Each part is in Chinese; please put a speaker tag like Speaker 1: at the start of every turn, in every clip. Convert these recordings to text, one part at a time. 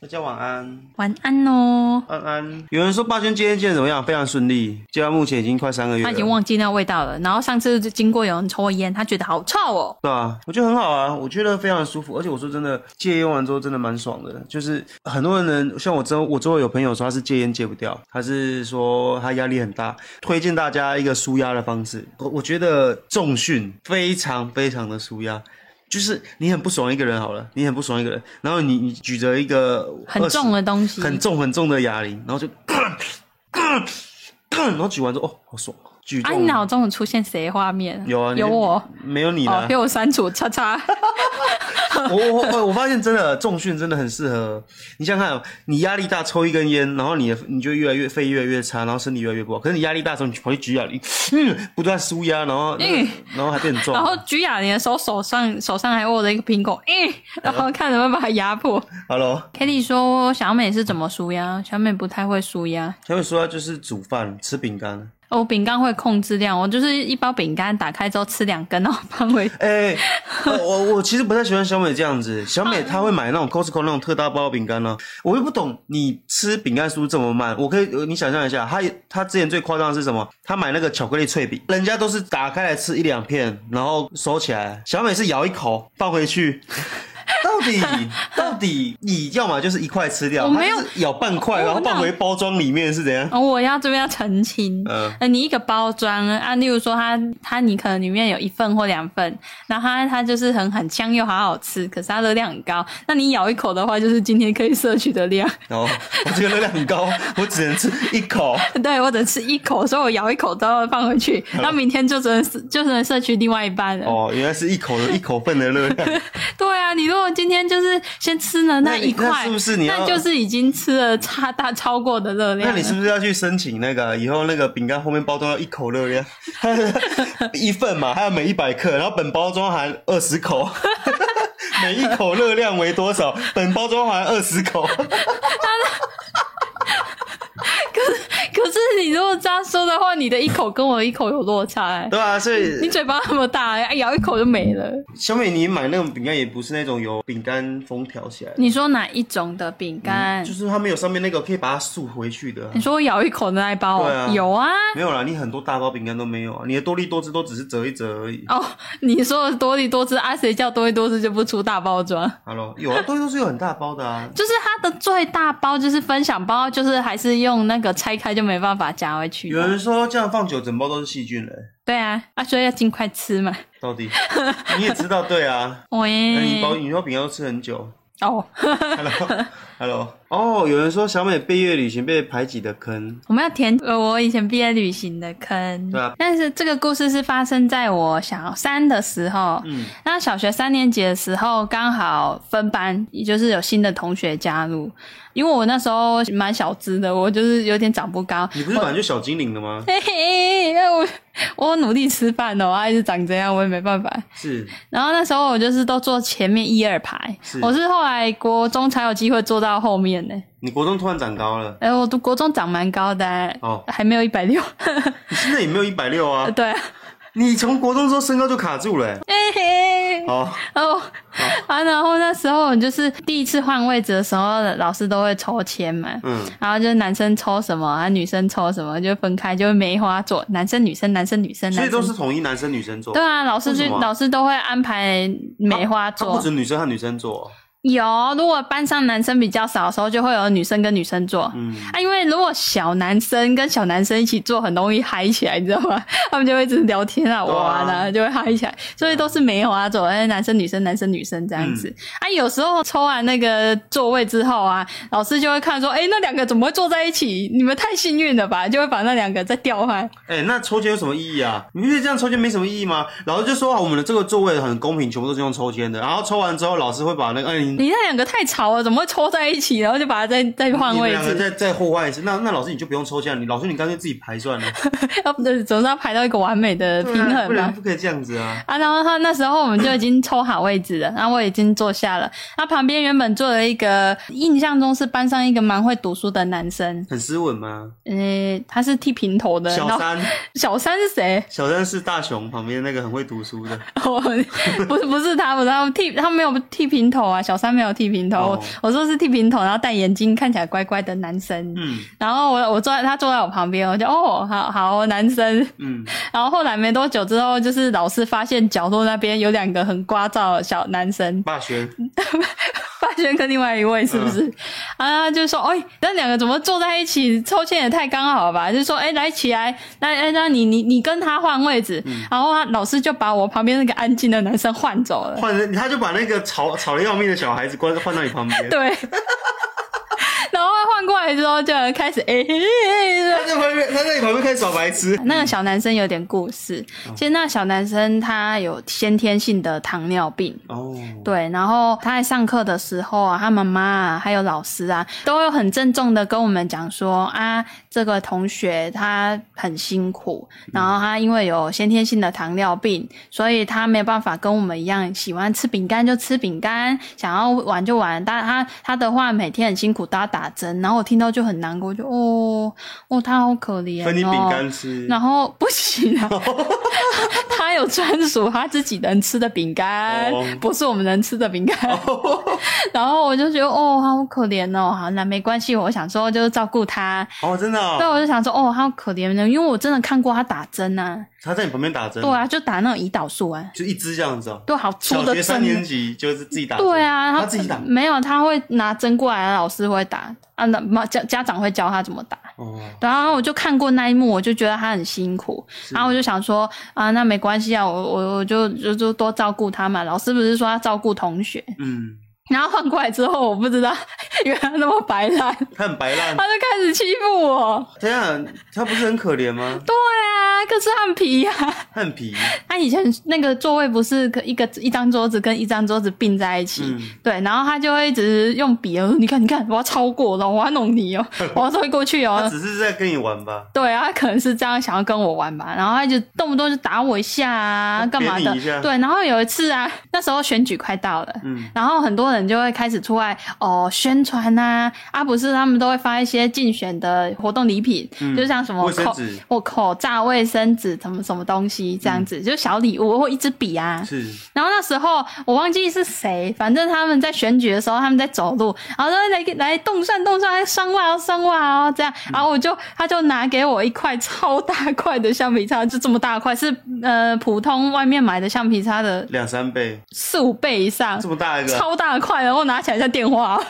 Speaker 1: 大家晚安，
Speaker 2: 晚安哦。
Speaker 1: 安安。有人说霸轩今天见怎么样？非常顺利，就到目前已经快三个月了。
Speaker 2: 他已经忘记那味道了。然后上次就经过有人抽我烟，他觉得好臭哦。
Speaker 1: 对啊，我觉得很好啊，我觉得非常舒服，而且我说真的，戒烟完之后真的蛮爽的。就是很多人呢，像我周我周围有朋友说他是戒烟戒不掉，他是说他压力很大，推荐大家一个舒压的方式。我我觉得重训非常非常的舒压。就是你很不爽一个人好了，你很不爽一个人，然后你你举着一个
Speaker 2: 很重的东西
Speaker 1: 很重很重的哑铃，然后就 然后举完之后哦，好爽，举
Speaker 2: 啊，
Speaker 1: 重
Speaker 2: 你脑中有出现谁的画面？
Speaker 1: 有啊，你
Speaker 2: 有我，
Speaker 1: 没有你哦
Speaker 2: 哦
Speaker 1: 啦，
Speaker 2: 被。我删除，叉叉。
Speaker 1: 我我我我发现真的重训真的很适合，你想想看哦，你压力大抽一根烟，然后你的你就越来越肺越来越差，然后身体越来越不好。可是你压力大的时候，你跑去举哑铃，嗯，不断舒压，然后、
Speaker 2: 嗯
Speaker 1: 然后还变壮，
Speaker 2: 然后举哑铃的时候，手上手上还握着一个苹果， 诶、然后看能不能把它压破。
Speaker 1: Hello，
Speaker 2: Kitty 说小美是怎么舒压？小美不太会舒压。
Speaker 1: 他们说他就是煮饭吃饼干，
Speaker 2: 哦我饼干会控制量，我就是一包饼干打开之后吃两根，然后放回。
Speaker 1: 哎、我 我我其实不太喜欢小美这样子。小美她会买那种 Costco 那种特大包饼干呢、我又不懂你吃饼干速度这么慢。我可以，呃你想象一下，她她之前最夸张的是什么？她买那个巧克力脆饼，人家都是打开来吃一两片，然后收起来。小美是咬一口放回去。到 底到底你要么就是一块吃掉，
Speaker 2: 我没有
Speaker 1: 她就是咬半块，
Speaker 2: 我
Speaker 1: 然后
Speaker 2: 我哪
Speaker 1: 放回包装里面是怎样？
Speaker 2: 哦，我要这边要澄清，
Speaker 1: 嗯
Speaker 2: 呃，你一个包装啊，例如说它它你可能里面有一份或两份，然后它它就是很很香又好好吃，可是它热量很高，那你咬一口的话，就是今天可以摄取的量。
Speaker 1: 然后哦我这个热量很高，我只能吃一口。
Speaker 2: 对我只吃一口，所以我咬一口都要放回去，然后明天就只能摄就只能摄取另外一半了。
Speaker 1: 哦，原来是一口的一口份的热量。
Speaker 2: 对啊，你如果今天就是先吃了
Speaker 1: 那你
Speaker 2: 一块，
Speaker 1: 那是不是你要
Speaker 2: 那就是已经吃了差大超过的热量
Speaker 1: 那
Speaker 2: 了？
Speaker 1: 你是不是要去申请那个以后那个饼干后面包装要一口热量， 一份嘛，还有每一百克，然后本包装含二十口， 每一口热量为多少？本包装含二十口，
Speaker 2: 可是你如果这样说的话，你的一口跟我一口有落差、欸。
Speaker 1: 对吧、所
Speaker 2: 你
Speaker 1: 以
Speaker 2: 嘴巴那么大，哎咬一口就没了。
Speaker 1: 小美，你买那种饼干也不是那种有饼干封条起来的，
Speaker 2: 你说哪一种的饼干？
Speaker 1: 就是它没有上面那个可以把它竖回去的啊、
Speaker 2: 你说我咬一口的那一包哦、
Speaker 1: 对啊
Speaker 2: 有啊。
Speaker 1: 没有啦，你很多大包饼干都没有啊，你的多利多汁都只是折一折而已。
Speaker 2: 哦，你说的多利多汁啊？谁叫多利多汁就不出大包装？
Speaker 1: Hello，有啊，多利多汁有很大包的啊，
Speaker 2: 就是它的最大包就是分享包，就是还是用那个拆开就没办法夹回去
Speaker 1: 有。人说这样放久整包都是细菌嘞、
Speaker 2: 对啊，啊，所以要尽快吃嘛。
Speaker 1: 到底你也知道对啊。 那你
Speaker 2: 喂，
Speaker 1: 包你包饼干都吃很久。
Speaker 2: 哦，
Speaker 1: Hello，Hello，哦，有人说小美毕业旅行被排挤的坑，
Speaker 2: 我们要填呃我以前毕业旅行的坑。
Speaker 1: 对啊
Speaker 2: 但是这个故事是发生在我小三的时候。
Speaker 1: 嗯，
Speaker 2: 那小学三年级的时候，刚好分班，也就是有新的同学加入。因为我那时候蛮小资的，我就是有点长不高。
Speaker 1: 你不是本来就小精灵的吗？
Speaker 2: 嘿嘿，我我努力吃饭哦，啊，一直长这样，我也没办法。
Speaker 1: 是，
Speaker 2: 然后那时候我就是都坐前面一二排，
Speaker 1: 是
Speaker 2: 我是后来国中才有机会坐到后面呢、
Speaker 1: 你国中突然长高了，
Speaker 2: 哎、我读国中长蛮高的、
Speaker 1: 哦
Speaker 2: 还没有一百六。
Speaker 1: 你现在也没有一百六啊，
Speaker 2: 对啊，
Speaker 1: 你从国中之后身高就卡住了、欸
Speaker 2: 嘿嘿。
Speaker 1: 哦，
Speaker 2: 哦，啊，然后那时候我就是第一次换位置的时候，老师都会抽签嘛，
Speaker 1: 嗯，
Speaker 2: 然后就是男生抽什么，啊女生抽什么，就分开，就是梅花座，男生女生，男生女 生，
Speaker 1: 所
Speaker 2: 男
Speaker 1: 以
Speaker 2: 生
Speaker 1: 都是统一男生女生做
Speaker 2: 嗯对。啊，老师
Speaker 1: 为什
Speaker 2: 就
Speaker 1: 么啊
Speaker 2: 老师都会安排梅花
Speaker 1: 他
Speaker 2: 座
Speaker 1: 不，止女生和女生做，
Speaker 2: 有，如果班上男生比较少的时候，就会有女生跟女生坐。嗯，啊，因为如果小男生跟小男生一起坐，很容易嗨起来，你知道吗？ 他们就会一直聊天啊、
Speaker 1: 对啊啊
Speaker 2: 玩啊，就会嗨起来。所以都是梅花座，哎，男生女生，男生女生这样子。
Speaker 1: 嗯
Speaker 2: 啊，有时候抽完那个座位之后啊，老师就会看说，哎，那两个怎么会坐在一起？你们太幸运了吧？就会把那两个再调换。
Speaker 1: 哎、那抽签有什么意义啊？你不觉得这样抽签没什么意义吗？老师就说啊，我们的这个座位很公平，全部都是用抽签的。然后抽完之后，老师会把那个，哎、你
Speaker 2: 你那两个太吵了，怎么会抽在一起？然后就把它再再 换
Speaker 1: 你们
Speaker 2: 位
Speaker 1: 两个
Speaker 2: 置。
Speaker 1: 再再互换一次。那那老师你就不用抽签了，你老师你干脆自己排算 了。
Speaker 2: 要总是要排到一个完美的
Speaker 1: 啊
Speaker 2: 平衡嘛。
Speaker 1: 不然不可以这样子啊。
Speaker 2: 啊，然后他那时候我们就已经抽好位置了，然后我已经坐下了。那旁边原本坐了一个，印象中是班上一个蛮会读书的男生，
Speaker 1: 很斯文吗？
Speaker 2: 呃，他是剃平头的。
Speaker 1: 小
Speaker 2: 然后，
Speaker 1: 三，
Speaker 2: 小三是谁？
Speaker 1: 小三是大雄旁边那个很会读书的。
Speaker 2: 我不是不是他，不是他剃，他没有剃平头啊，小三没有剃平头，
Speaker 1: 哦
Speaker 2: 我我说是剃平头，然后戴眼镜，看起来乖乖的男生。
Speaker 1: 嗯
Speaker 2: 然后我我坐在他坐在我旁边，我就哦，好好男生。
Speaker 1: 嗯，
Speaker 2: 然后后来没多久之后，就是老师发现角落那边有两个很聒噪的小男生，
Speaker 1: 霸轩，
Speaker 2: 发现跟另外一位是不是？啊，就说哎，那两个怎么坐在一起？抽签也太刚好了吧？就说哎，来起来，来哎，那你你你跟他换位置。然后他老师就把我旁边那个安静的男生换走了。
Speaker 1: 换人他就把那个吵吵得要命的小孩子关换到你旁边，
Speaker 2: 对。然后换过来之后，就开始哎、
Speaker 1: 他在旁边他在你旁边开始耍白痴，
Speaker 2: 那个小男生有点故事。其实那个小男生他有先天性的糖尿病，
Speaker 1: 哦，
Speaker 2: 对。然后他在上课的时候啊，他妈妈啊，还有老师啊，都会很郑重的跟我们讲说啊，这个同学他很辛苦，
Speaker 1: 嗯
Speaker 2: 然后他因为有先天性的糖尿病，所以他没有办法跟我们一样喜欢吃饼干就吃饼干，想要玩就玩。但他他的话每天很辛苦，都要打针。然后我听到就很难过，就哦哦，他好可怜、哦，
Speaker 1: 分你饼干吃，
Speaker 2: 然后不行 啊，他有专属他自己能吃的饼干
Speaker 1: 哦
Speaker 2: 不是我们能吃的饼干。然后我就觉得哦，好可怜哦，好那没关系，我想说就是照顾他。
Speaker 1: 哦，真的哦，
Speaker 2: 对，我就想说哦，好可怜呢，因为我真的看过他打针啊，
Speaker 1: 他在你旁边打针，
Speaker 2: 对啊，就打那种胰岛素啊，
Speaker 1: 就一只这样子哦。
Speaker 2: 对，好粗
Speaker 1: 小
Speaker 2: 的
Speaker 1: 学三年
Speaker 2: 针。
Speaker 1: 级就是自己打针，
Speaker 2: 对啊，
Speaker 1: 他自己打，
Speaker 2: 没有，他会拿针过来，老师会打啊，那妈家家长会教他怎么打。
Speaker 1: 哦，
Speaker 2: 啊然后我就看过那一幕，我就觉得他很辛苦，然后我就想说啊，那没关系啊，我我我就就就多照顾他嘛。老师不是说要照顾同学，
Speaker 1: 嗯，
Speaker 2: 然后换过来之后，我不知道原来那么白烂，他
Speaker 1: 他很白烂。
Speaker 2: 就开始欺负我。
Speaker 1: 等一下，他不是很可怜吗？
Speaker 2: 对啊，可是他很皮呀、啊。
Speaker 1: 他很皮，
Speaker 2: 他以前那个座位不是可一个一张桌子跟一张桌子并在一起，
Speaker 1: 嗯
Speaker 2: 对，然后他就会一直用笔，我说你看你看，我要超过了，我要弄你哦，我要推过去哦
Speaker 1: 他，只是在跟你玩吧？
Speaker 2: 对啊，他可能是这样想要跟我玩吧，然后他就动不动就打我一下啊，
Speaker 1: 他
Speaker 2: 干
Speaker 1: 哦扁
Speaker 2: 嘛
Speaker 1: 你
Speaker 2: 的
Speaker 1: 一下？
Speaker 2: 对，然后有一次啊，那时候选举快到了。
Speaker 1: 嗯，
Speaker 2: 然后很多人就会开始出来哦宣传呐、啊，不是他们都会发一些竞选的活动礼品，
Speaker 1: 嗯
Speaker 2: 就像什么
Speaker 1: 卫生
Speaker 2: 口
Speaker 1: 纸
Speaker 2: 我口罩、卫生纸什么什么东西这样子，
Speaker 1: 嗯
Speaker 2: 就小礼物或一支笔啊。
Speaker 1: 是
Speaker 2: 然后那时候我忘记是谁，反正他们在选举的时候，他们在走路，然后说来来动算动算，双袜哦双袜哦这样，
Speaker 1: 嗯
Speaker 2: 然后我就 他就拿给我一块超大块的橡皮擦，就这么大块，是呃普通外面买的橡皮擦的
Speaker 1: 两三倍，
Speaker 2: 四五倍以上
Speaker 1: 这，么大一个，
Speaker 2: 超大块，然后拿起来像 电话哦。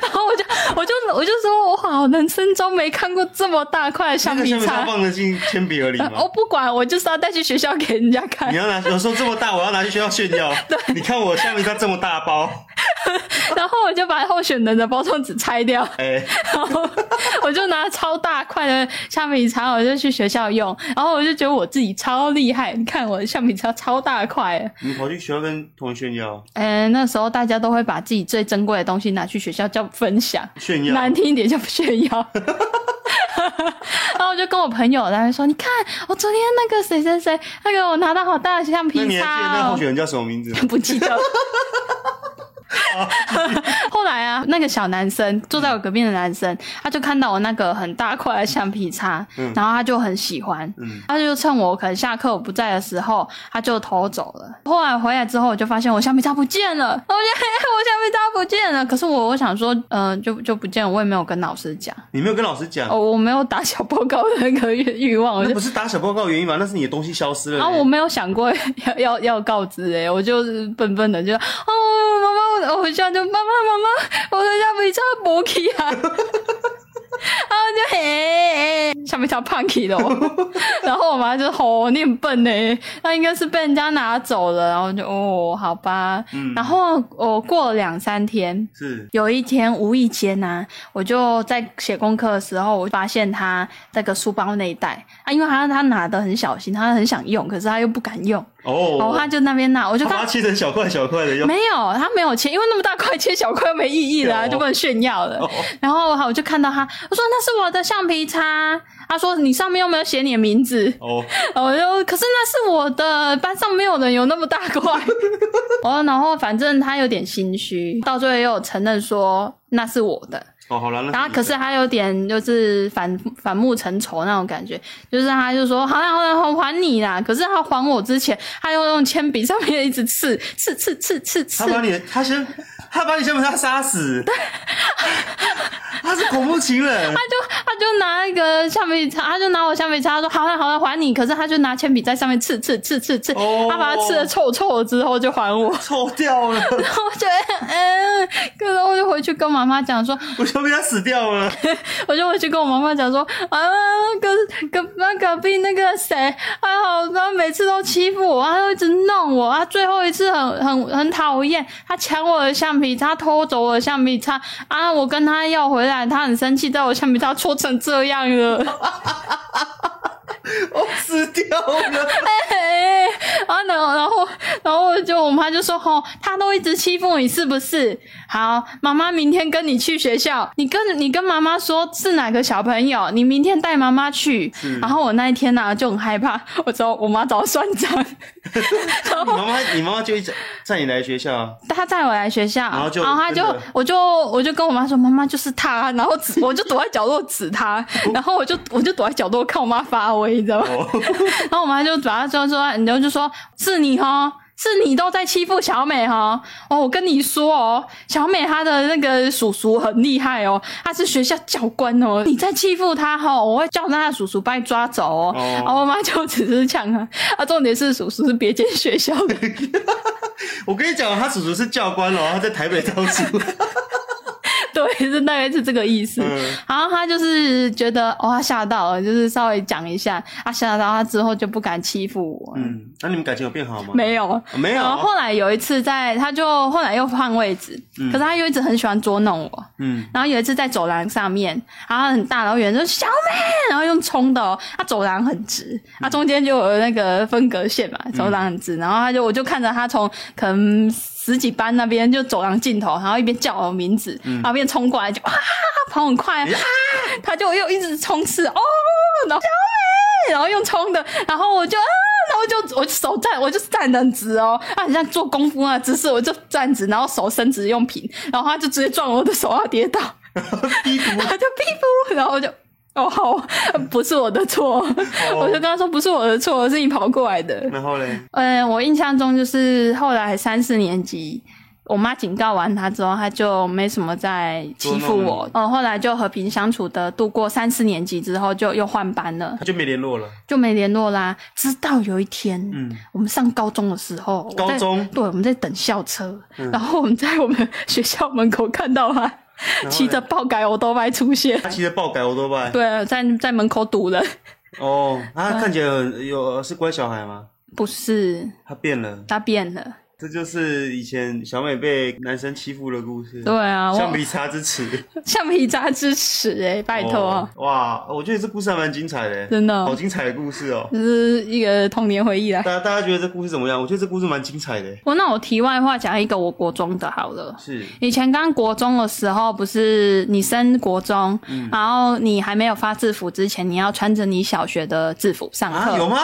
Speaker 2: 然后我就我就我就说，我好人生中没看过这么大块的橡
Speaker 1: 那个
Speaker 2: 皮
Speaker 1: 橡皮
Speaker 2: 擦
Speaker 1: 擦，放得进铅笔盒里
Speaker 2: 呃我
Speaker 1: 吗？
Speaker 2: 不管，我就是要带去学校给人家看
Speaker 1: 你。要拿，有时候这么大，我要拿去学校炫 耀。你看我橡皮擦这么大包，
Speaker 2: 然后我就把候选人的包装纸拆掉，
Speaker 1: 哎，
Speaker 2: 然后我就拿超大块的橡皮擦，我就去学校用，然后我就觉得我自己超厉害，你看我的橡皮擦超大块的。
Speaker 1: 你跑去学校跟同学炫耀，
Speaker 2: 嗯，那时候大家都会把自己最珍贵的东西拿去学校叫分享，
Speaker 1: 炫耀，
Speaker 2: 难听一点叫炫耀。 然后我就跟我朋友在那边说：“你看，我昨天那个谁谁谁，那个我拿到好大的橡
Speaker 1: 那
Speaker 2: 皮
Speaker 1: 你还记得那
Speaker 2: 擦、
Speaker 1: 候
Speaker 2: 哦
Speaker 1: 选，人叫什么名字吗？
Speaker 2: 不记得。” 后来啊，那个小男生坐在我隔壁的男生，他就看到我那个很大块的橡皮擦，
Speaker 1: 嗯
Speaker 2: 然后他就很喜欢，
Speaker 1: 嗯
Speaker 2: 他就趁我可能下课我不在的时候，他就偷走了。后来回来之后，我就发现我橡皮擦不见了，我就哎我橡皮擦不见了。可是我我想说，嗯、就就不见了，我也没有跟老师讲，
Speaker 1: 你没有跟老师讲，
Speaker 2: 哦，我没有打小报告的那个欲欲望，我
Speaker 1: 那
Speaker 2: 就
Speaker 1: 不。是打小报告的原因吧？那是你的东西消失了
Speaker 2: 然后
Speaker 1: 嘞。
Speaker 2: 我没有想过 要要要告知哎、我就是笨笨的就哦妈妈我我回家就妈妈妈妈我的橡皮擦薄起啊， 然后就嘿嘿橡皮擦胖起了哦， 然后我妈就吼、你很笨呢、欸那应该是被人家拿走了，然后就哦好吧，
Speaker 1: 嗯
Speaker 2: 然后我过了两三天，
Speaker 1: 是
Speaker 2: 有一天无意间啊，我就在写功课的时候，我发现他那个书包内袋啊，因为他他拿的很小心，他很想用，可是他又不敢用，然后
Speaker 1: 哦
Speaker 2: 他，就那边拿，我就
Speaker 1: 他把它
Speaker 2: 看
Speaker 1: 切成小块小块的，要
Speaker 2: 没有，他没有切，因为那么大块切小块没意义了、啊，
Speaker 1: 哦
Speaker 2: 就不能炫耀了。然后我就看到他，我说那是我的橡皮擦，他说你上面又没有写你的名字，
Speaker 1: 哦，
Speaker 2: 我就可是那是我的班上没有人有那么大块， 哦，然后反正他有点心虚，到最后也有承认说那是我的。
Speaker 1: 哦，好了，那
Speaker 2: 然后可是他有点就是反反目成仇那种感觉，就是他就说好了好了，我还你啦。可是他还我之前，他又用铅笔上面一直刺刺刺刺刺刺
Speaker 1: 他，把你，他先，他把你先把他杀死，他是恐怖情人，
Speaker 2: 他就他就拿那个橡皮擦，他就拿我橡皮擦，他说好了好了还你。可是他就拿铅笔在上面刺刺刺刺刺，
Speaker 1: 哦
Speaker 2: 他把它刺的臭臭了之后就还我。
Speaker 1: 臭掉了，
Speaker 2: 然后我觉得嗯，然后我就回去跟妈妈讲说，
Speaker 1: 我就被他死掉了。
Speaker 2: 我就回去跟我妈妈讲说，啊，隔隔那隔壁那个谁，还好，他每次都欺负我，他都一直弄我，他最后一次很很很讨厌，他抢我的橡皮擦，偷走我的橡皮擦，啊，我跟他要回来，他很生气，把我橡皮擦戳成这样了。
Speaker 1: 我死掉了，
Speaker 2: 哎、啊，然后然后然后就我妈就说：“吼，他都一直欺负你，是不是？好，妈妈明天跟你去学校，你跟你跟妈妈说是哪个小朋友，你明天带妈妈去。”然后我那一天呢、就很害怕，我找我妈找我算账，
Speaker 1: 你妈妈，你妈妈就一直载你来学校啊，
Speaker 2: 她带我来学校，然
Speaker 1: 后就
Speaker 2: 她就
Speaker 1: 真的
Speaker 2: 我就我就跟我妈说：“妈妈就是她。”然后指 我就躲在角落指 她，然后我就我就躲在角落看我妈发威，你知道吗？
Speaker 1: 哦，
Speaker 2: 然后我妈就把他抓出来，然后就说：“是你哦，是你都在欺负小美哦。哦，我跟你说哦，小美她的那个叔叔很厉害哦，他是学校教官哦，你在欺负她哦，我会叫那个叔叔把你抓走哦。
Speaker 1: 哦
Speaker 2: 然后我妈就只是呛他，啊，重点是叔叔是别间学校 的，
Speaker 1: 我跟你讲，啊他叔叔是教官哦，他在台北当书，
Speaker 2: 对，是大概是这个意思。
Speaker 1: 嗯
Speaker 2: 然后他就是觉得哦，他吓到了，就是稍微讲一下，他吓到他之后就不敢欺负我了。
Speaker 1: 嗯，那你们感情有变好吗？
Speaker 2: 没有，
Speaker 1: 哦，没有
Speaker 2: 然后
Speaker 1: 哦，
Speaker 2: 后来有一次在，他就后来又换位置，可是他又一直很喜欢捉弄我。
Speaker 1: 嗯，
Speaker 2: 然后有一次在走廊上面，然后很大老远就小美，然后用冲的、哦，他走廊很直，他中间就有那个分隔线嘛，走廊很直，然后他就我就看着他从可能十几班那边就走廊尽头，然后一边叫我名字，然后一边冲过来就啊跑很快啊，他就又一直冲刺哦，然后小美，然后用冲的，然后我就啊。然后就我手站，我就是站得很直哦，啊，很像做功夫那姿势，我就站直，然后手伸直用平，然后他就直接撞我的手，要跌倒。
Speaker 1: 低毒
Speaker 2: 他就屁股，然后我就哦好，不是我的错，
Speaker 1: 哦
Speaker 2: 我就跟他说不是我的错，是你跑过来的。
Speaker 1: 然后 嘞，
Speaker 2: 嗯，我印象中就是后来三四年级，我妈警告完他之后，他就没什么再欺负我。哦，后来就和平相处的度过三四年级之后，就又换班了，
Speaker 1: 他就没联络了。
Speaker 2: 就没联络啦。直到有一天，
Speaker 1: 嗯，
Speaker 2: 我们上高中的时候，我在
Speaker 1: 高中嗯
Speaker 2: 对，我们在等校车，然后我们在我们学校门口看到他
Speaker 1: 后嘞
Speaker 2: 骑着爆改欧都拜出现。
Speaker 1: 他骑着爆改我都拜。
Speaker 2: 对，在在门口堵了。
Speaker 1: 哦，
Speaker 2: 嗯
Speaker 1: 他看起来很有是乖小孩吗？
Speaker 2: 不是，
Speaker 1: 他变了，
Speaker 2: 他变了。
Speaker 1: 这就是以前小美被男生欺负的故事。
Speaker 2: 对啊，
Speaker 1: 橡
Speaker 2: 我
Speaker 1: 皮擦之耻，
Speaker 2: 橡皮擦之耻哎、 拜托、
Speaker 1: 哦哇！我觉得这故事还蛮精彩的，欸
Speaker 2: 真的啊
Speaker 1: 好精彩的故事哦。
Speaker 2: 这是一个童年回忆啦。
Speaker 1: 大家大家觉得这故事怎么样？我觉得这故事蛮精彩的。欸
Speaker 2: 我那我题外话讲一个我国中的好了。
Speaker 1: 是，
Speaker 2: 以前刚国中的时候，不是你升国中，
Speaker 1: 嗯
Speaker 2: 然后你还没有发制服之前，你要穿着你小学的制服上
Speaker 1: 啊，有
Speaker 2: 课。
Speaker 1: 吗？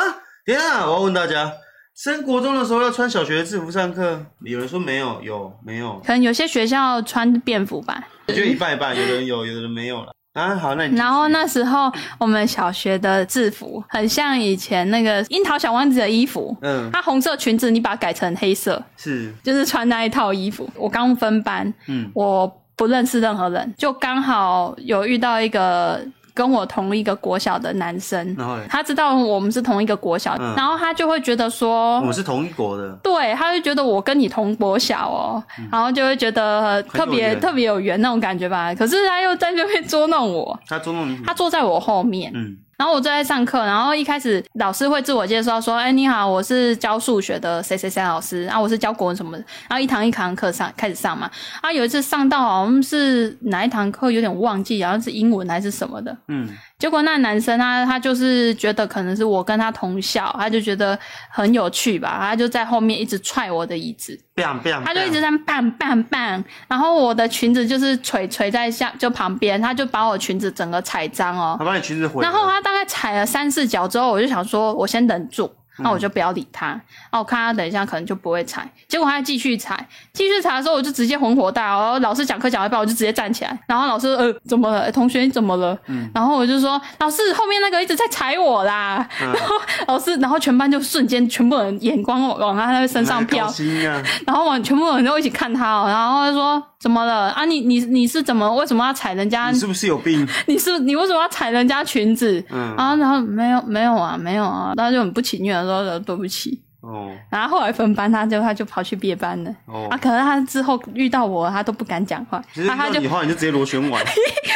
Speaker 1: 等一下，我要问大家，升国中的时候要穿小学的制服上课，有人说没有，有没有？
Speaker 2: 可能有些学校穿便服吧。
Speaker 1: 我觉得一半一半，有的人有，有的人没有了。啊，好，那你
Speaker 2: 然后那时候我们小学的制服很像以前那个樱桃小丸子的衣服，
Speaker 1: 嗯
Speaker 2: 它红色裙子你把它改成黑色，
Speaker 1: 是
Speaker 2: 就是穿那一套衣服。我刚分班，
Speaker 1: 嗯
Speaker 2: 我不认识任何人，就刚好有遇到一个跟我同一个国小的男生，
Speaker 1: 然后嘞
Speaker 2: 他知道我们是同一个国小，
Speaker 1: 嗯
Speaker 2: 然后他就会觉得说
Speaker 1: 我。们是同一国的，
Speaker 2: 对，他就觉得我跟你同国小哦，然后就会觉得特
Speaker 1: 嗯很有
Speaker 2: 别
Speaker 1: 缘
Speaker 2: 特别有缘那种感觉吧。可是他又在那边捉弄我，
Speaker 1: 他捉弄你，
Speaker 2: 他坐在我后面，
Speaker 1: 嗯
Speaker 2: 然后我正在上课，然后一开始老师会自我介绍说：“哎，你好，我是教数学的谁谁谁老师啊，我是教国文什么的。”然后一堂一堂课上开始上嘛，啊，有一次上到好像是哪一堂课有点忘记，好像是英文还是什么的。
Speaker 1: 嗯，
Speaker 2: 结果那男生他他就是觉得可能是我跟他同校，他就觉得很有趣吧，他就在后面一直踹我的椅子，
Speaker 1: bang bang，
Speaker 2: 他就一直在棒棒棒，然后我的裙子就是垂垂在下就旁边，他就把我裙子整个踩脏哦。
Speaker 1: 他把你裙子毁了，
Speaker 2: 然后他大概踩了三四脚之后，我就想说，我先忍住。
Speaker 1: 嗯
Speaker 2: 那我就不要理他。哦那我看他等一下可能就不会踩，结果他继续踩，继续踩的时候我就直接红火大哦，然后老师讲课讲到一半我就直接站起来，然后老师呃怎么了、诶同学你怎么了？
Speaker 1: 嗯
Speaker 2: 然后我就说老师后面那个一直在踩我啦，
Speaker 1: 嗯
Speaker 2: 然后老师然后全班就瞬间全部人眼光往他那个身上
Speaker 1: 高
Speaker 2: 飘，
Speaker 1: 兴 啊，
Speaker 2: 然后我们全部人都一起看他哦，然后他说怎么了啊你你你是怎么为什么要踩人家
Speaker 1: 你是不是有病？
Speaker 2: 你是你为什么要踩人家裙子？
Speaker 1: 嗯
Speaker 2: 啊啊，然后没有没有啊，没有啊，然后就很不情愿的说呃对不起。
Speaker 1: 哦
Speaker 2: 然后后来分班，他就他就跑去别班了。
Speaker 1: 哦
Speaker 2: 啊，，可能他之后遇到我，他都不敢讲话，
Speaker 1: 其实
Speaker 2: 啊、他
Speaker 1: 到
Speaker 2: 就
Speaker 1: 以后你就哦直接螺旋 丸，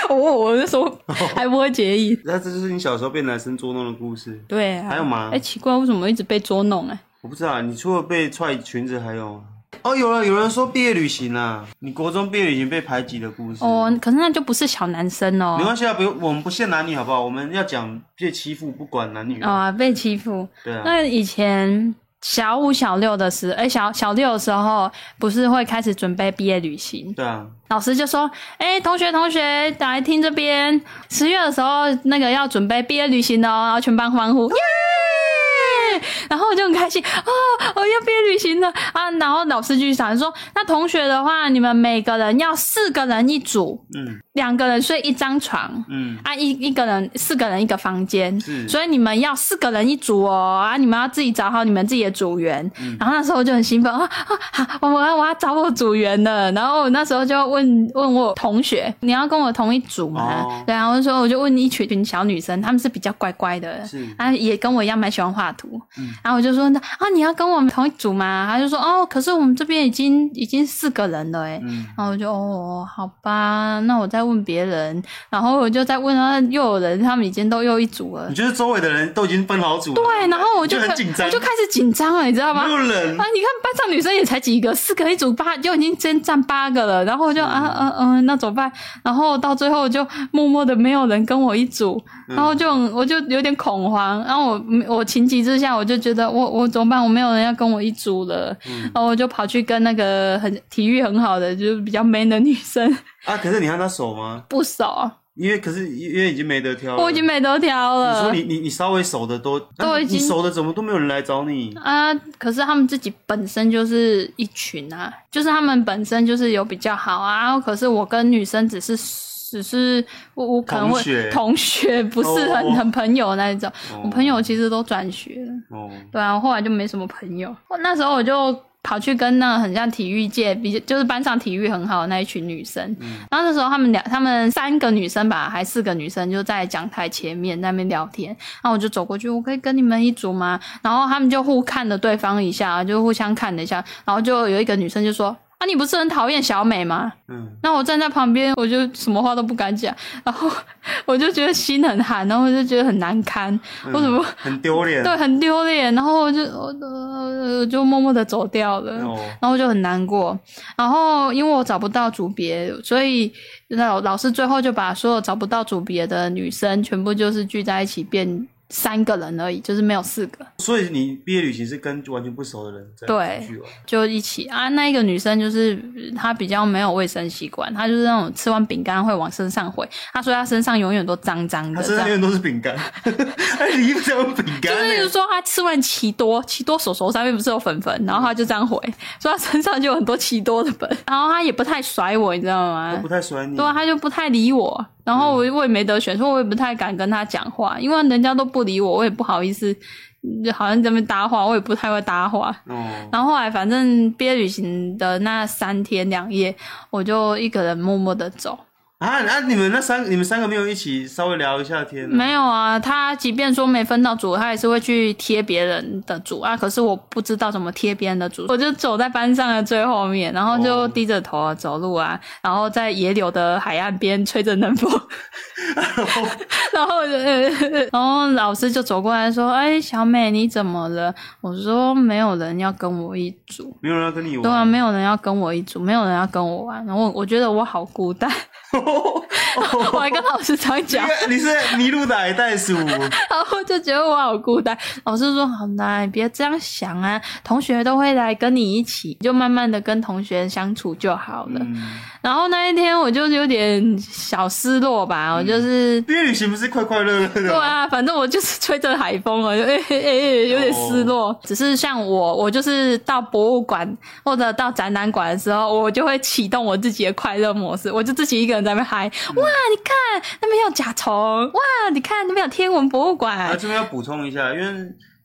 Speaker 2: 我我那时候还不会介意。
Speaker 1: 那这就是你小时候被男生捉弄的故事。
Speaker 2: 对啊，
Speaker 1: 还有吗
Speaker 2: 哎、奇怪，为什么一直被捉弄啊？
Speaker 1: 我不知道，你除了被踹裙子，还有哦，有了，有人说毕业旅行啊，你国中毕业旅行被排挤的故事。
Speaker 2: 哦，可是那就不是小男生哦
Speaker 1: 没。关系啊，不用，我们不限男女，好不好？我们要讲被欺负，不管男女。
Speaker 2: 啊、被欺负。
Speaker 1: 对啊，
Speaker 2: 那以前小五、小六的时哎、小小六的时候，不是会开始准备毕业旅行？
Speaker 1: 对啊，
Speaker 2: 老师就说：“哎、同学，同学，来听这边，十月的时候那个要准备毕业旅行哦。”然后全班欢呼，耶！然后我就很开心啊、我要毕业旅行了啊！然后老师继续讲说：“那同学的话，你们每个人要四个人一组，
Speaker 1: 嗯
Speaker 2: 两个人睡一张床。”
Speaker 1: 嗯，
Speaker 2: 啊，一一个人四个人一个房间，
Speaker 1: 是
Speaker 2: 所以你们要四个人一组哦，啊，你们要自己找好你们自己的组员。
Speaker 1: 嗯
Speaker 2: 然后那时候我就很兴奋啊啊，好我我要我要找我组员了。然后我那时候就问问我同学，你要跟我同一组吗？
Speaker 1: 哦
Speaker 2: 对啊，我就说我就问一群群小女生，她们是比较乖乖的，
Speaker 1: 是嗯
Speaker 2: 啊，也跟我一样蛮喜欢画图。然后我就说那啊，你要跟我们同一组吗？她就说哦，可是我们这边已经已经四个人了哎、
Speaker 1: 嗯
Speaker 2: 然后我就哦，好吧，那我再问别人，然后我就再问啊，又有人他们已经都又一组了
Speaker 1: 你，觉得周围的人都已经分好组了，
Speaker 2: 对，然后我就
Speaker 1: 就很
Speaker 2: 开
Speaker 1: 紧张
Speaker 2: 我就开始紧张了，你知道 吗？
Speaker 1: 没有人
Speaker 2: 啊，你看班上女生也才几个，四个一组八，就已经先占八个了。然后我就啊嗯嗯、那怎么办？然后到最后就默默的没有人跟我一组，
Speaker 1: 嗯
Speaker 2: 然后就很我就有点恐慌。然后我我情急之下，我就觉得我我怎么办？我没有人要跟我一组了。
Speaker 1: 嗯
Speaker 2: 然后我就跑去跟那个很体育很好的，就是比较 man 的女生
Speaker 1: 啊。可是你和他熟吗？
Speaker 2: 不熟，
Speaker 1: 因为可是因为已经没得挑了，
Speaker 2: 我已经没得挑
Speaker 1: 嗯你
Speaker 2: 了
Speaker 1: 说。你你你稍微熟的都
Speaker 2: 呃都已经
Speaker 1: 你熟的怎么都没有人来找 你？
Speaker 2: 啊，可是他们自己本身就是一群啊，就是他们本身就是有比较好啊。然后可是我跟女生只是只是我我可能
Speaker 1: 同
Speaker 2: 会
Speaker 1: 学
Speaker 2: 同学不是很、
Speaker 1: 哦
Speaker 2: 很朋友那一种，我
Speaker 1: 哦
Speaker 2: 朋友其实都转学了，
Speaker 1: 哦，
Speaker 2: 对啊，我后来就没什么朋友。我那时候我就跑去跟那很像体育界比，就是班上体育很好的那一群女生，然后那时候他们两，他们三个女生吧，还四个女生就在讲台前面在那边聊天，然后我就走过去，我可以跟你们一组吗？然后他们就互看了对方一下，就互相看了一下，然后就有一个女生就说。啊，你不是很讨厌小美吗？
Speaker 1: 嗯，
Speaker 2: 那我站在旁边，我就什么话都不敢讲，然后 我就觉得心很寒，然后我就觉得很难堪，我怎么
Speaker 1: 嗯很丢脸。
Speaker 2: 对，很丢脸。然后我就我呃我就默默的走掉了，
Speaker 1: 哦
Speaker 2: 然后我就很难过。然后因为我找不到组别，所以老老师最后就把所有找不到组别的女生全部就是聚在一起变。三个人而已，就是没有四个，
Speaker 1: 所以你毕业旅行是跟完全不熟的人在哦
Speaker 2: 对
Speaker 1: 出去玩，
Speaker 2: 就一起啊。那一个女生就是呃她比较没有卫生习惯，她就是那种吃完饼干会往身上毁。她说她身上永远都脏脏
Speaker 1: 他
Speaker 2: 的，
Speaker 1: 身
Speaker 2: 这
Speaker 1: 上
Speaker 2: 样
Speaker 1: 永远都是饼干， 他的衣服上有饼干
Speaker 2: 就是
Speaker 1: 欸。
Speaker 2: 说他吃完奇多，奇多手手上面不是有粉粉，然后他就这样回，所以他身上就有很多奇多的粉，然后他也不太甩我，你知道
Speaker 1: 我
Speaker 2: 吗
Speaker 1: 不？太喜欢你
Speaker 2: 对，啊，他就不太理我，然后我我也没得选，所以我也不太敢跟他讲话，因为人家都不理我，我也不好意思，就好像在那边搭话，我也不太会搭话。
Speaker 1: 哦，
Speaker 2: 然后后来反正毕业旅行的那三天两夜，我就一个人默默的走，
Speaker 1: 啊啊！你们那三你们三个没有一起稍微聊一下天啊？
Speaker 2: 没有啊，他即便说没分到组，他也是会去贴别人的组啊。可是我不知道怎么贴别人的组，我就走在班上的最后面，然后就
Speaker 1: 哦
Speaker 2: 低着头啊走路啊，然后在野柳的海岸边吹着冷风，然后呃， 然后老师就走过来说：“哎，小美你怎么了？”我说：“没有人要跟我一组。”啊
Speaker 1: 没有人要跟你玩。
Speaker 2: 对啊，没有人要跟我一组，没有人要跟我玩，然后我我觉得我好孤单。我还跟老师这样讲，
Speaker 1: 你是迷路的矮袋鼠，
Speaker 2: 然后就觉得我好孤单。老师说：“好啦，你别这样想啊，同学都会来跟你一起，你就慢慢的跟同学相处就好了。
Speaker 1: 嗯
Speaker 2: 然后那一天我就有点小失落吧，我就是。
Speaker 1: 因为旅行不是快快乐乐的吗，
Speaker 2: 对啊，反正我就是吹着海风了，就哎 哎哎，有点失落。只是像我，我就是到博物馆或者到展览馆的时候，我就会启动我自己的快乐模式，我就自己一个人在那边嗨。哇，你看那边有甲虫，哇，你看那边有天文博物馆，
Speaker 1: 啊，这边要补充一下，因为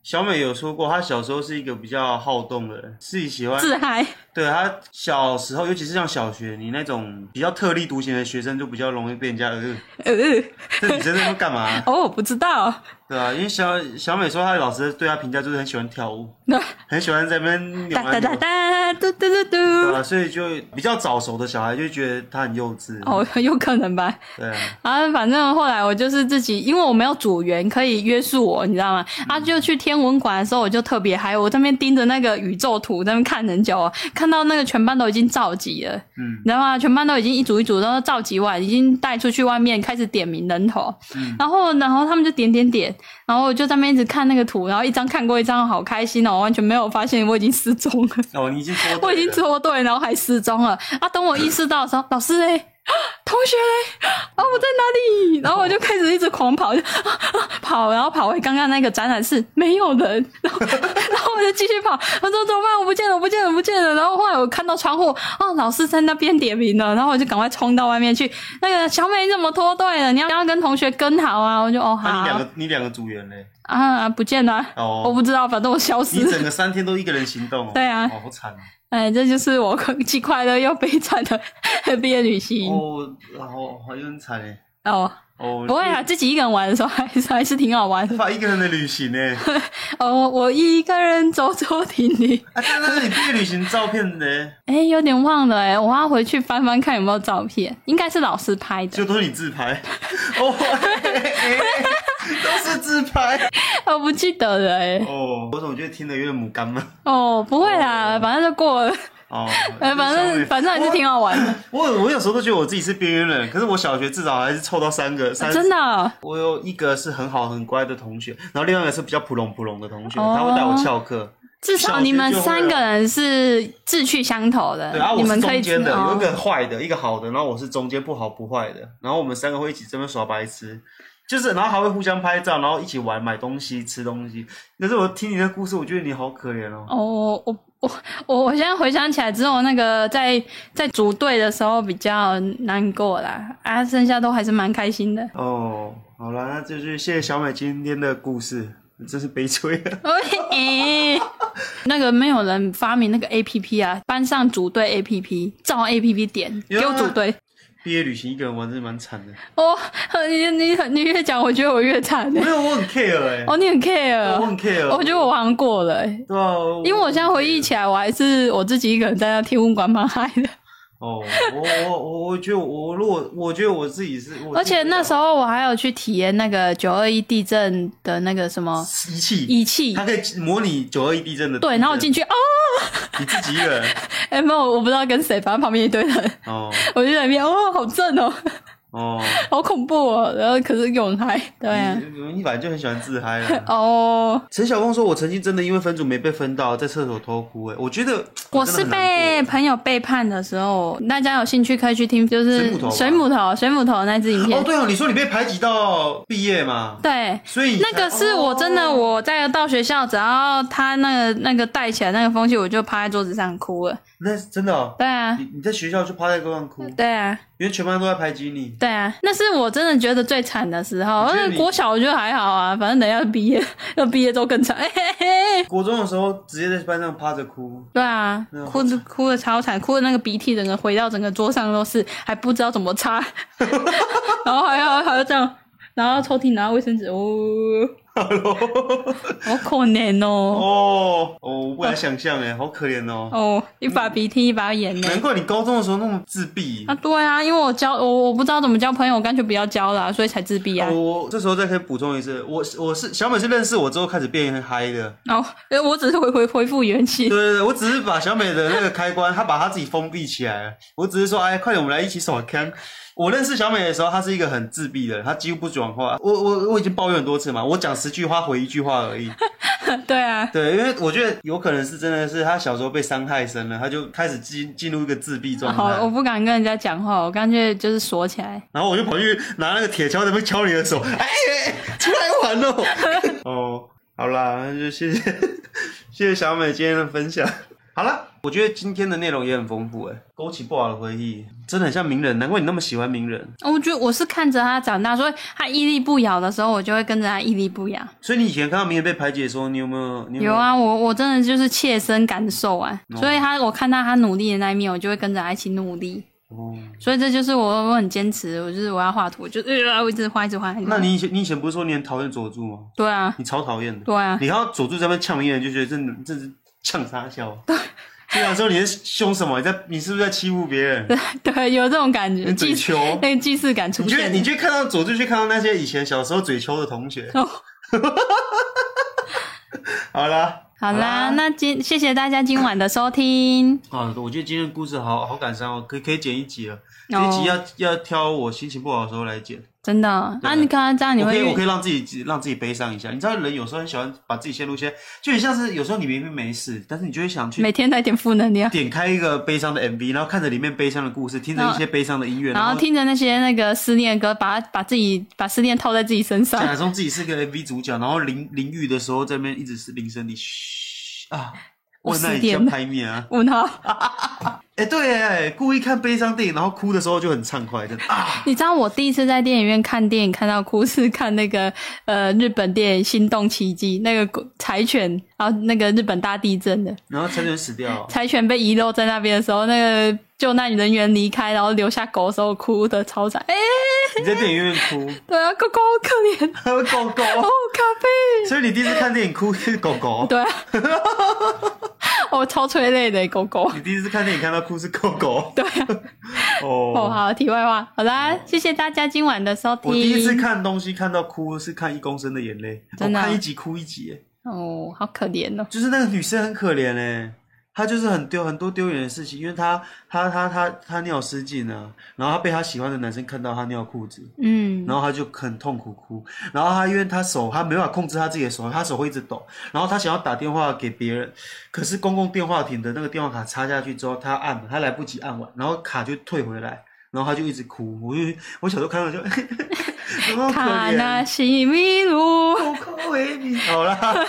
Speaker 1: 小美有说过，她小时候是一个比较好动的人，自己喜欢。
Speaker 2: 自嗨。
Speaker 1: 对她小时候，尤其是像小学，你那种比较特立独行的学生，就比较容易被人家呃，
Speaker 2: 呃，
Speaker 1: 这女生在那干嘛、
Speaker 2: 哦，我不知道，
Speaker 1: 对啊，因为小小美说她的老师对她评价就是很喜欢跳舞，
Speaker 2: 那
Speaker 1: 很喜欢在那边扭
Speaker 2: 哒
Speaker 1: 来
Speaker 2: 哒
Speaker 1: 扭
Speaker 2: 哒哒，嘟嘟嘟
Speaker 1: 对
Speaker 2: 嘟。
Speaker 1: 啊，所以就比较早熟的小孩就觉得她很幼稚。
Speaker 2: 哦，有可能吧。
Speaker 1: 对啊，
Speaker 2: 啊，反正后来我就是自己，因为我没有组员可以约束我，你知道吗？啊，就去天文馆的时候，我就特别嗨，我在那边盯着那个宇宙图，在那边看很久、哦，看到那个全班都已经召集了，
Speaker 1: 嗯，
Speaker 2: 你知道吗？全班都已经一组一组都召集完，已经带出去外面开始点名人头，
Speaker 1: 嗯
Speaker 2: 然后然后他们就点点点，然后我就在那边一直看那个图，然后一张看过一张，好开心哦，我完全没有发现我已经失踪了。
Speaker 1: 哦，你已经说
Speaker 2: 我已经脱队，然后还失踪了。啊，等我意识到的时候，老师嘞， 同学嘞，啊，我在哪里？然后我就开始一直狂跑，就、啊啊、跑，然后跑回刚刚那个展览室，没有人。 然后，然后我就继续跑，我说怎么办？我不见了，我不见了，我不见了。然后后来我看到窗户，哦，老师在那边点名了，然后我就赶快冲到外面去。那个小美，你怎么脱队了？你要你要跟同学跟好啊！我就哦好
Speaker 1: 那、你两
Speaker 2: 啊
Speaker 1: 个你两个组员嘞？
Speaker 2: 啊，不见了，
Speaker 1: 哦
Speaker 2: 我不知道，反正我消失
Speaker 1: 你
Speaker 2: 了。
Speaker 1: 整个三天都一个人行动哦。
Speaker 2: 对啊
Speaker 1: 哦，好惨哦。
Speaker 2: 哎，这就是我 既快乐又悲惨的 毕业旅行哦
Speaker 1: 哦，然后好像很惨哎。哦，
Speaker 2: 不会啊，自己一个人玩的时候还是还是挺好玩的。
Speaker 1: 法一个人的旅行呢、
Speaker 2: 哦，我我一个人走走停停，
Speaker 1: 啊，但是你毕业旅行照片呢、
Speaker 2: 哎，有点忘了哎，我要回去翻翻看有没有照片，应该是老师拍的
Speaker 1: 就。都是你自拍，哦，嘿嘿嘿都是自拍。
Speaker 2: 我不记得了哎。
Speaker 1: 哦，我总觉得听得有点母干嘛。
Speaker 2: 哦，不会啦，反正就过了，
Speaker 1: 哦，
Speaker 2: 哎，反正反正还是挺好玩的，
Speaker 1: 我我我有时候都觉得我自己是边缘人，可是我小学至少还是凑到三个， 三、
Speaker 2: 真的哦。
Speaker 1: 我有一个是很好很乖的同学，然后另外一个是比较普隆普隆的同学，
Speaker 2: 哦
Speaker 1: 他会带我翘课。
Speaker 2: 至少你们
Speaker 1: 小学就会
Speaker 2: 三
Speaker 1: 了
Speaker 2: 个人是志趣相投的
Speaker 1: 对，啊，
Speaker 2: 你
Speaker 1: 我
Speaker 2: 们
Speaker 1: 是
Speaker 2: 可以
Speaker 1: 中间的，
Speaker 2: 哦
Speaker 1: 有一个坏的，一个好的，然后我是中间不好不坏的，然后我们三个会一起这边耍白痴，就是然后还会互相拍照，然后一起玩、买东西、吃东西。可是我听你的故事，我觉得你好可怜哦。
Speaker 2: 哦，我我我我现在回想起来，只有那个在在组队的时候比较难过啦，啊，剩下都还是蛮开心的。
Speaker 1: 哦，好了，那就是谢谢小美今天的故事，真是悲催啊。
Speaker 2: 哎那个没有人发明那个 A P P 啊，班上组队 A P P，照 A P P 点
Speaker 1: 有啊
Speaker 2: 丢组队。
Speaker 1: 毕业旅行一个人玩真的蛮惨的，
Speaker 2: 哦，你你你越讲，我觉得我越惨欸
Speaker 1: 没。有我很 care 哎、
Speaker 2: 哦，你很 care，
Speaker 1: 我很 care
Speaker 2: 我觉得我玩过了、欸，
Speaker 1: 对啊，
Speaker 2: 因为我现在回忆起来，我还是我自己一个人在那天文馆蛮嗨的。
Speaker 1: 哦，我我我我觉得我如果我觉得我自己是，我自己
Speaker 2: 而且那时候我还有去体验那个九二一地震的那个什么
Speaker 1: 仪器，
Speaker 2: 仪器
Speaker 1: 它，可以模拟九二一地震的
Speaker 2: 对，然后我进
Speaker 1: 去
Speaker 2: 去哦，
Speaker 1: 你自己一个人。
Speaker 2: 哎、没有，我不知道跟谁，反正旁边一堆人，
Speaker 1: 哦
Speaker 2: 我就在那边哦，好震哦，
Speaker 1: 哦，
Speaker 2: 好恐怖哦，然后可是又很嗨，对啊，。
Speaker 1: 你你本来就很喜欢自嗨啦
Speaker 2: 哦，
Speaker 1: 陈小光说：“我曾经真的因为分组没被分到，在厕所偷哭。”哎，我觉得
Speaker 2: 我
Speaker 1: 真
Speaker 2: 是
Speaker 1: 的很难
Speaker 2: 被
Speaker 1: 过
Speaker 2: 朋友背叛的时候，大家有兴趣可以去听，就是
Speaker 1: 水母头吧
Speaker 2: 水母头水母头那支影片，
Speaker 1: 哦，对哦，你说你被排挤到毕业嘛，
Speaker 2: 对。
Speaker 1: 所以
Speaker 2: 那个是我真的，
Speaker 1: 哦
Speaker 2: 我在到学校，只要他那个那个带起来那个风气，我就趴在桌子上哭了。
Speaker 1: 那是真的哦，
Speaker 2: 对啊
Speaker 1: 你，你在学校就趴在桌上哭，
Speaker 2: 对啊，
Speaker 1: 因为全班都在排挤 你。
Speaker 2: 对啊，那是我真的觉得最惨的时候。
Speaker 1: 你觉得
Speaker 2: 那
Speaker 1: 你
Speaker 2: 国小我觉得还好啊，反正等一下毕业， 要毕业之后更惨。哎嘿嘿嘿
Speaker 1: 国中的时候直接在班上趴着哭，
Speaker 2: 对啊
Speaker 1: 没有，
Speaker 2: 哭的哭的超惨，哭的那个鼻涕整个回到整个桌上都是，还不知道怎么 擦，然后还要还要这样，然后抽屉拿卫生纸，哦，好可怜哦。
Speaker 1: 哦，哦我不敢想象哎，好可怜哦。
Speaker 2: 哦，一把鼻涕一把眼泪
Speaker 1: 难。怪你高中的时候那么自闭。
Speaker 2: 啊，对啊，因为我交我我不知道怎么交朋友，我干脆不要交了啊、所以才自闭啊。
Speaker 1: 哦我我这时候再可以补充一次，我我是小美是认识我之后开始变嗨 的，
Speaker 2: 然后、呃我只是回回恢复元 气
Speaker 1: 对。对对，我只是把小美的那个开关，她把她自己封闭起来了。我只是说，哎，快点，我们来一起耍坑。我认识小美的时候，她是一个很自闭的人，她几乎不讲话。我我我已经抱怨很多次嘛，我讲十句话回一句话 而已。
Speaker 2: 对啊，
Speaker 1: 对，因为我觉得有可能是真的是她小时候被伤害深了，她就开始进进入一个自闭状
Speaker 2: 好，
Speaker 1: 态。
Speaker 2: 我不敢跟人家讲话，我干脆就是锁起来。
Speaker 1: 然后我就跑去拿那个铁锹在那边敲你的手，哎，哎哎出来玩喽！ 哦，好啦，那就谢谢谢谢小美今天的分享。好啦，我觉得今天的内容也很丰富哎、勾起不好的回忆，真的很像名人，难怪你那么喜欢名人。
Speaker 2: 我觉得我是看着他长大，所以他屹立不摇的时候，我就会跟着他屹立不摇。
Speaker 1: 所以你以前看到名人被排挤的时候，你有没有？你有没
Speaker 2: 有啊，我我真的就是切身感受啊，
Speaker 1: 哦
Speaker 2: 所以他我看到他努力的那一面，我就会跟着他一起努力。
Speaker 1: 哦，
Speaker 2: 所以这就是我我很坚持，我就是我要画图，我就呃我一直画一直画。一直画
Speaker 1: 那你以前你以前不是说你很讨厌佐助吗？
Speaker 2: 对啊
Speaker 1: 你超讨厌的。
Speaker 2: 对啊，
Speaker 1: 你看到佐助在那边呛名人，就觉得这这是呛傻笑。啊对，就想说你是凶什么？你在你是不是在欺负别人？
Speaker 2: 对，啊有这种感
Speaker 1: 你
Speaker 2: 觉，
Speaker 1: 嘴
Speaker 2: 既
Speaker 1: 球
Speaker 2: 那个既视感出
Speaker 1: 你觉得
Speaker 2: 现了。
Speaker 1: 你就看到佐助，去看到那些以前小时候嘴丘的同学。
Speaker 2: 哦
Speaker 1: 好啊啦，
Speaker 2: 好啦，那今谢谢大家今晚的收听，
Speaker 1: 啊，我觉得今天的故事好好感伤哦，可以可以剪一集了。这一
Speaker 2: 哦
Speaker 1: 集要要挑我心情不好的时候来剪，
Speaker 2: 真的啊，
Speaker 1: 对
Speaker 2: 你刚刚这样你
Speaker 1: 我可
Speaker 2: 会
Speaker 1: 以我可
Speaker 2: 遇
Speaker 1: 以让自己让自己悲伤一下。你知道人有时候很喜欢把自己陷入一些，就很像是有时候你明明没事，但是你就会想去
Speaker 2: 每天带点负能量，
Speaker 1: 点开一个悲伤的 MV，然后看着里面悲伤的故事，听着一些悲伤的音乐，
Speaker 2: 哦然后听着那些那个思念歌，把它把自己把思念套在自己身 上。
Speaker 1: 假装自己是个 MV 主角，然后淋淋浴的时候在那边一直是淋身体，嘘 啊，
Speaker 2: 我
Speaker 1: 问那
Speaker 2: 十
Speaker 1: 你
Speaker 2: 点
Speaker 1: 像
Speaker 2: 了
Speaker 1: 拍面啊，
Speaker 2: 问号。
Speaker 1: 哎、对哎，故意看悲伤电影，然后哭的时候就很畅快的啊，
Speaker 2: 你知道我第一次在电影院看电影看到哭是看那个呃日本电影《心动奇迹》，那个柴犬，然后那个日本大地震的
Speaker 1: 然后陈人死掉，
Speaker 2: 柴犬被遗漏在那边的时候，那个救难人员离开，然后留下狗的时候哭的超惨，哎、
Speaker 1: 你在电影院 哭，
Speaker 2: 对啊，狗狗好 可怜，
Speaker 1: 还有狗狗，
Speaker 2: 哦，咖啡，
Speaker 1: 所以你第一次看电影哭是狗狗，
Speaker 2: 对啊，啊 我超催泪的狗狗，
Speaker 1: 你第一次看电影看到哭是狗狗，
Speaker 2: 对啊，哦，
Speaker 1: 哦。
Speaker 2: 好，题外话，好啦，谢谢大家今晚的收听，
Speaker 1: 我第一次看东西看到哭是看一公升的眼泪，
Speaker 2: 嗯真的
Speaker 1: 我
Speaker 2: 啊
Speaker 1: 看一集哭一集，哎
Speaker 2: 哦，好可怜哦。
Speaker 1: 就是那个女生很可怜哎、她就是很丢很多丢脸的事情，因为她她她她她尿失禁啊，然后她被她喜欢的男生看到她尿裤子，
Speaker 2: 嗯，
Speaker 1: 然后她就很痛苦哭，然后她因为她手她没办法控制她自己的手，她手会一直抖，然后她想要打电话给别人，可是公共电话亭的那个电话卡插下去之后，她按了她来不及按完，然后卡就退回来，然后她就一直哭，我就我小时候看到就， 好可
Speaker 2: 卡纳
Speaker 1: 怜，哦
Speaker 2: 西米露。
Speaker 1: 我靠为你，好啦，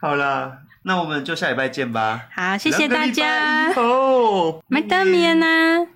Speaker 1: 好啦，那我们就下礼拜见吧。
Speaker 2: 好，谢谢大
Speaker 1: 两个礼拜
Speaker 2: 家
Speaker 1: 以，后
Speaker 2: 麦当面呢。啊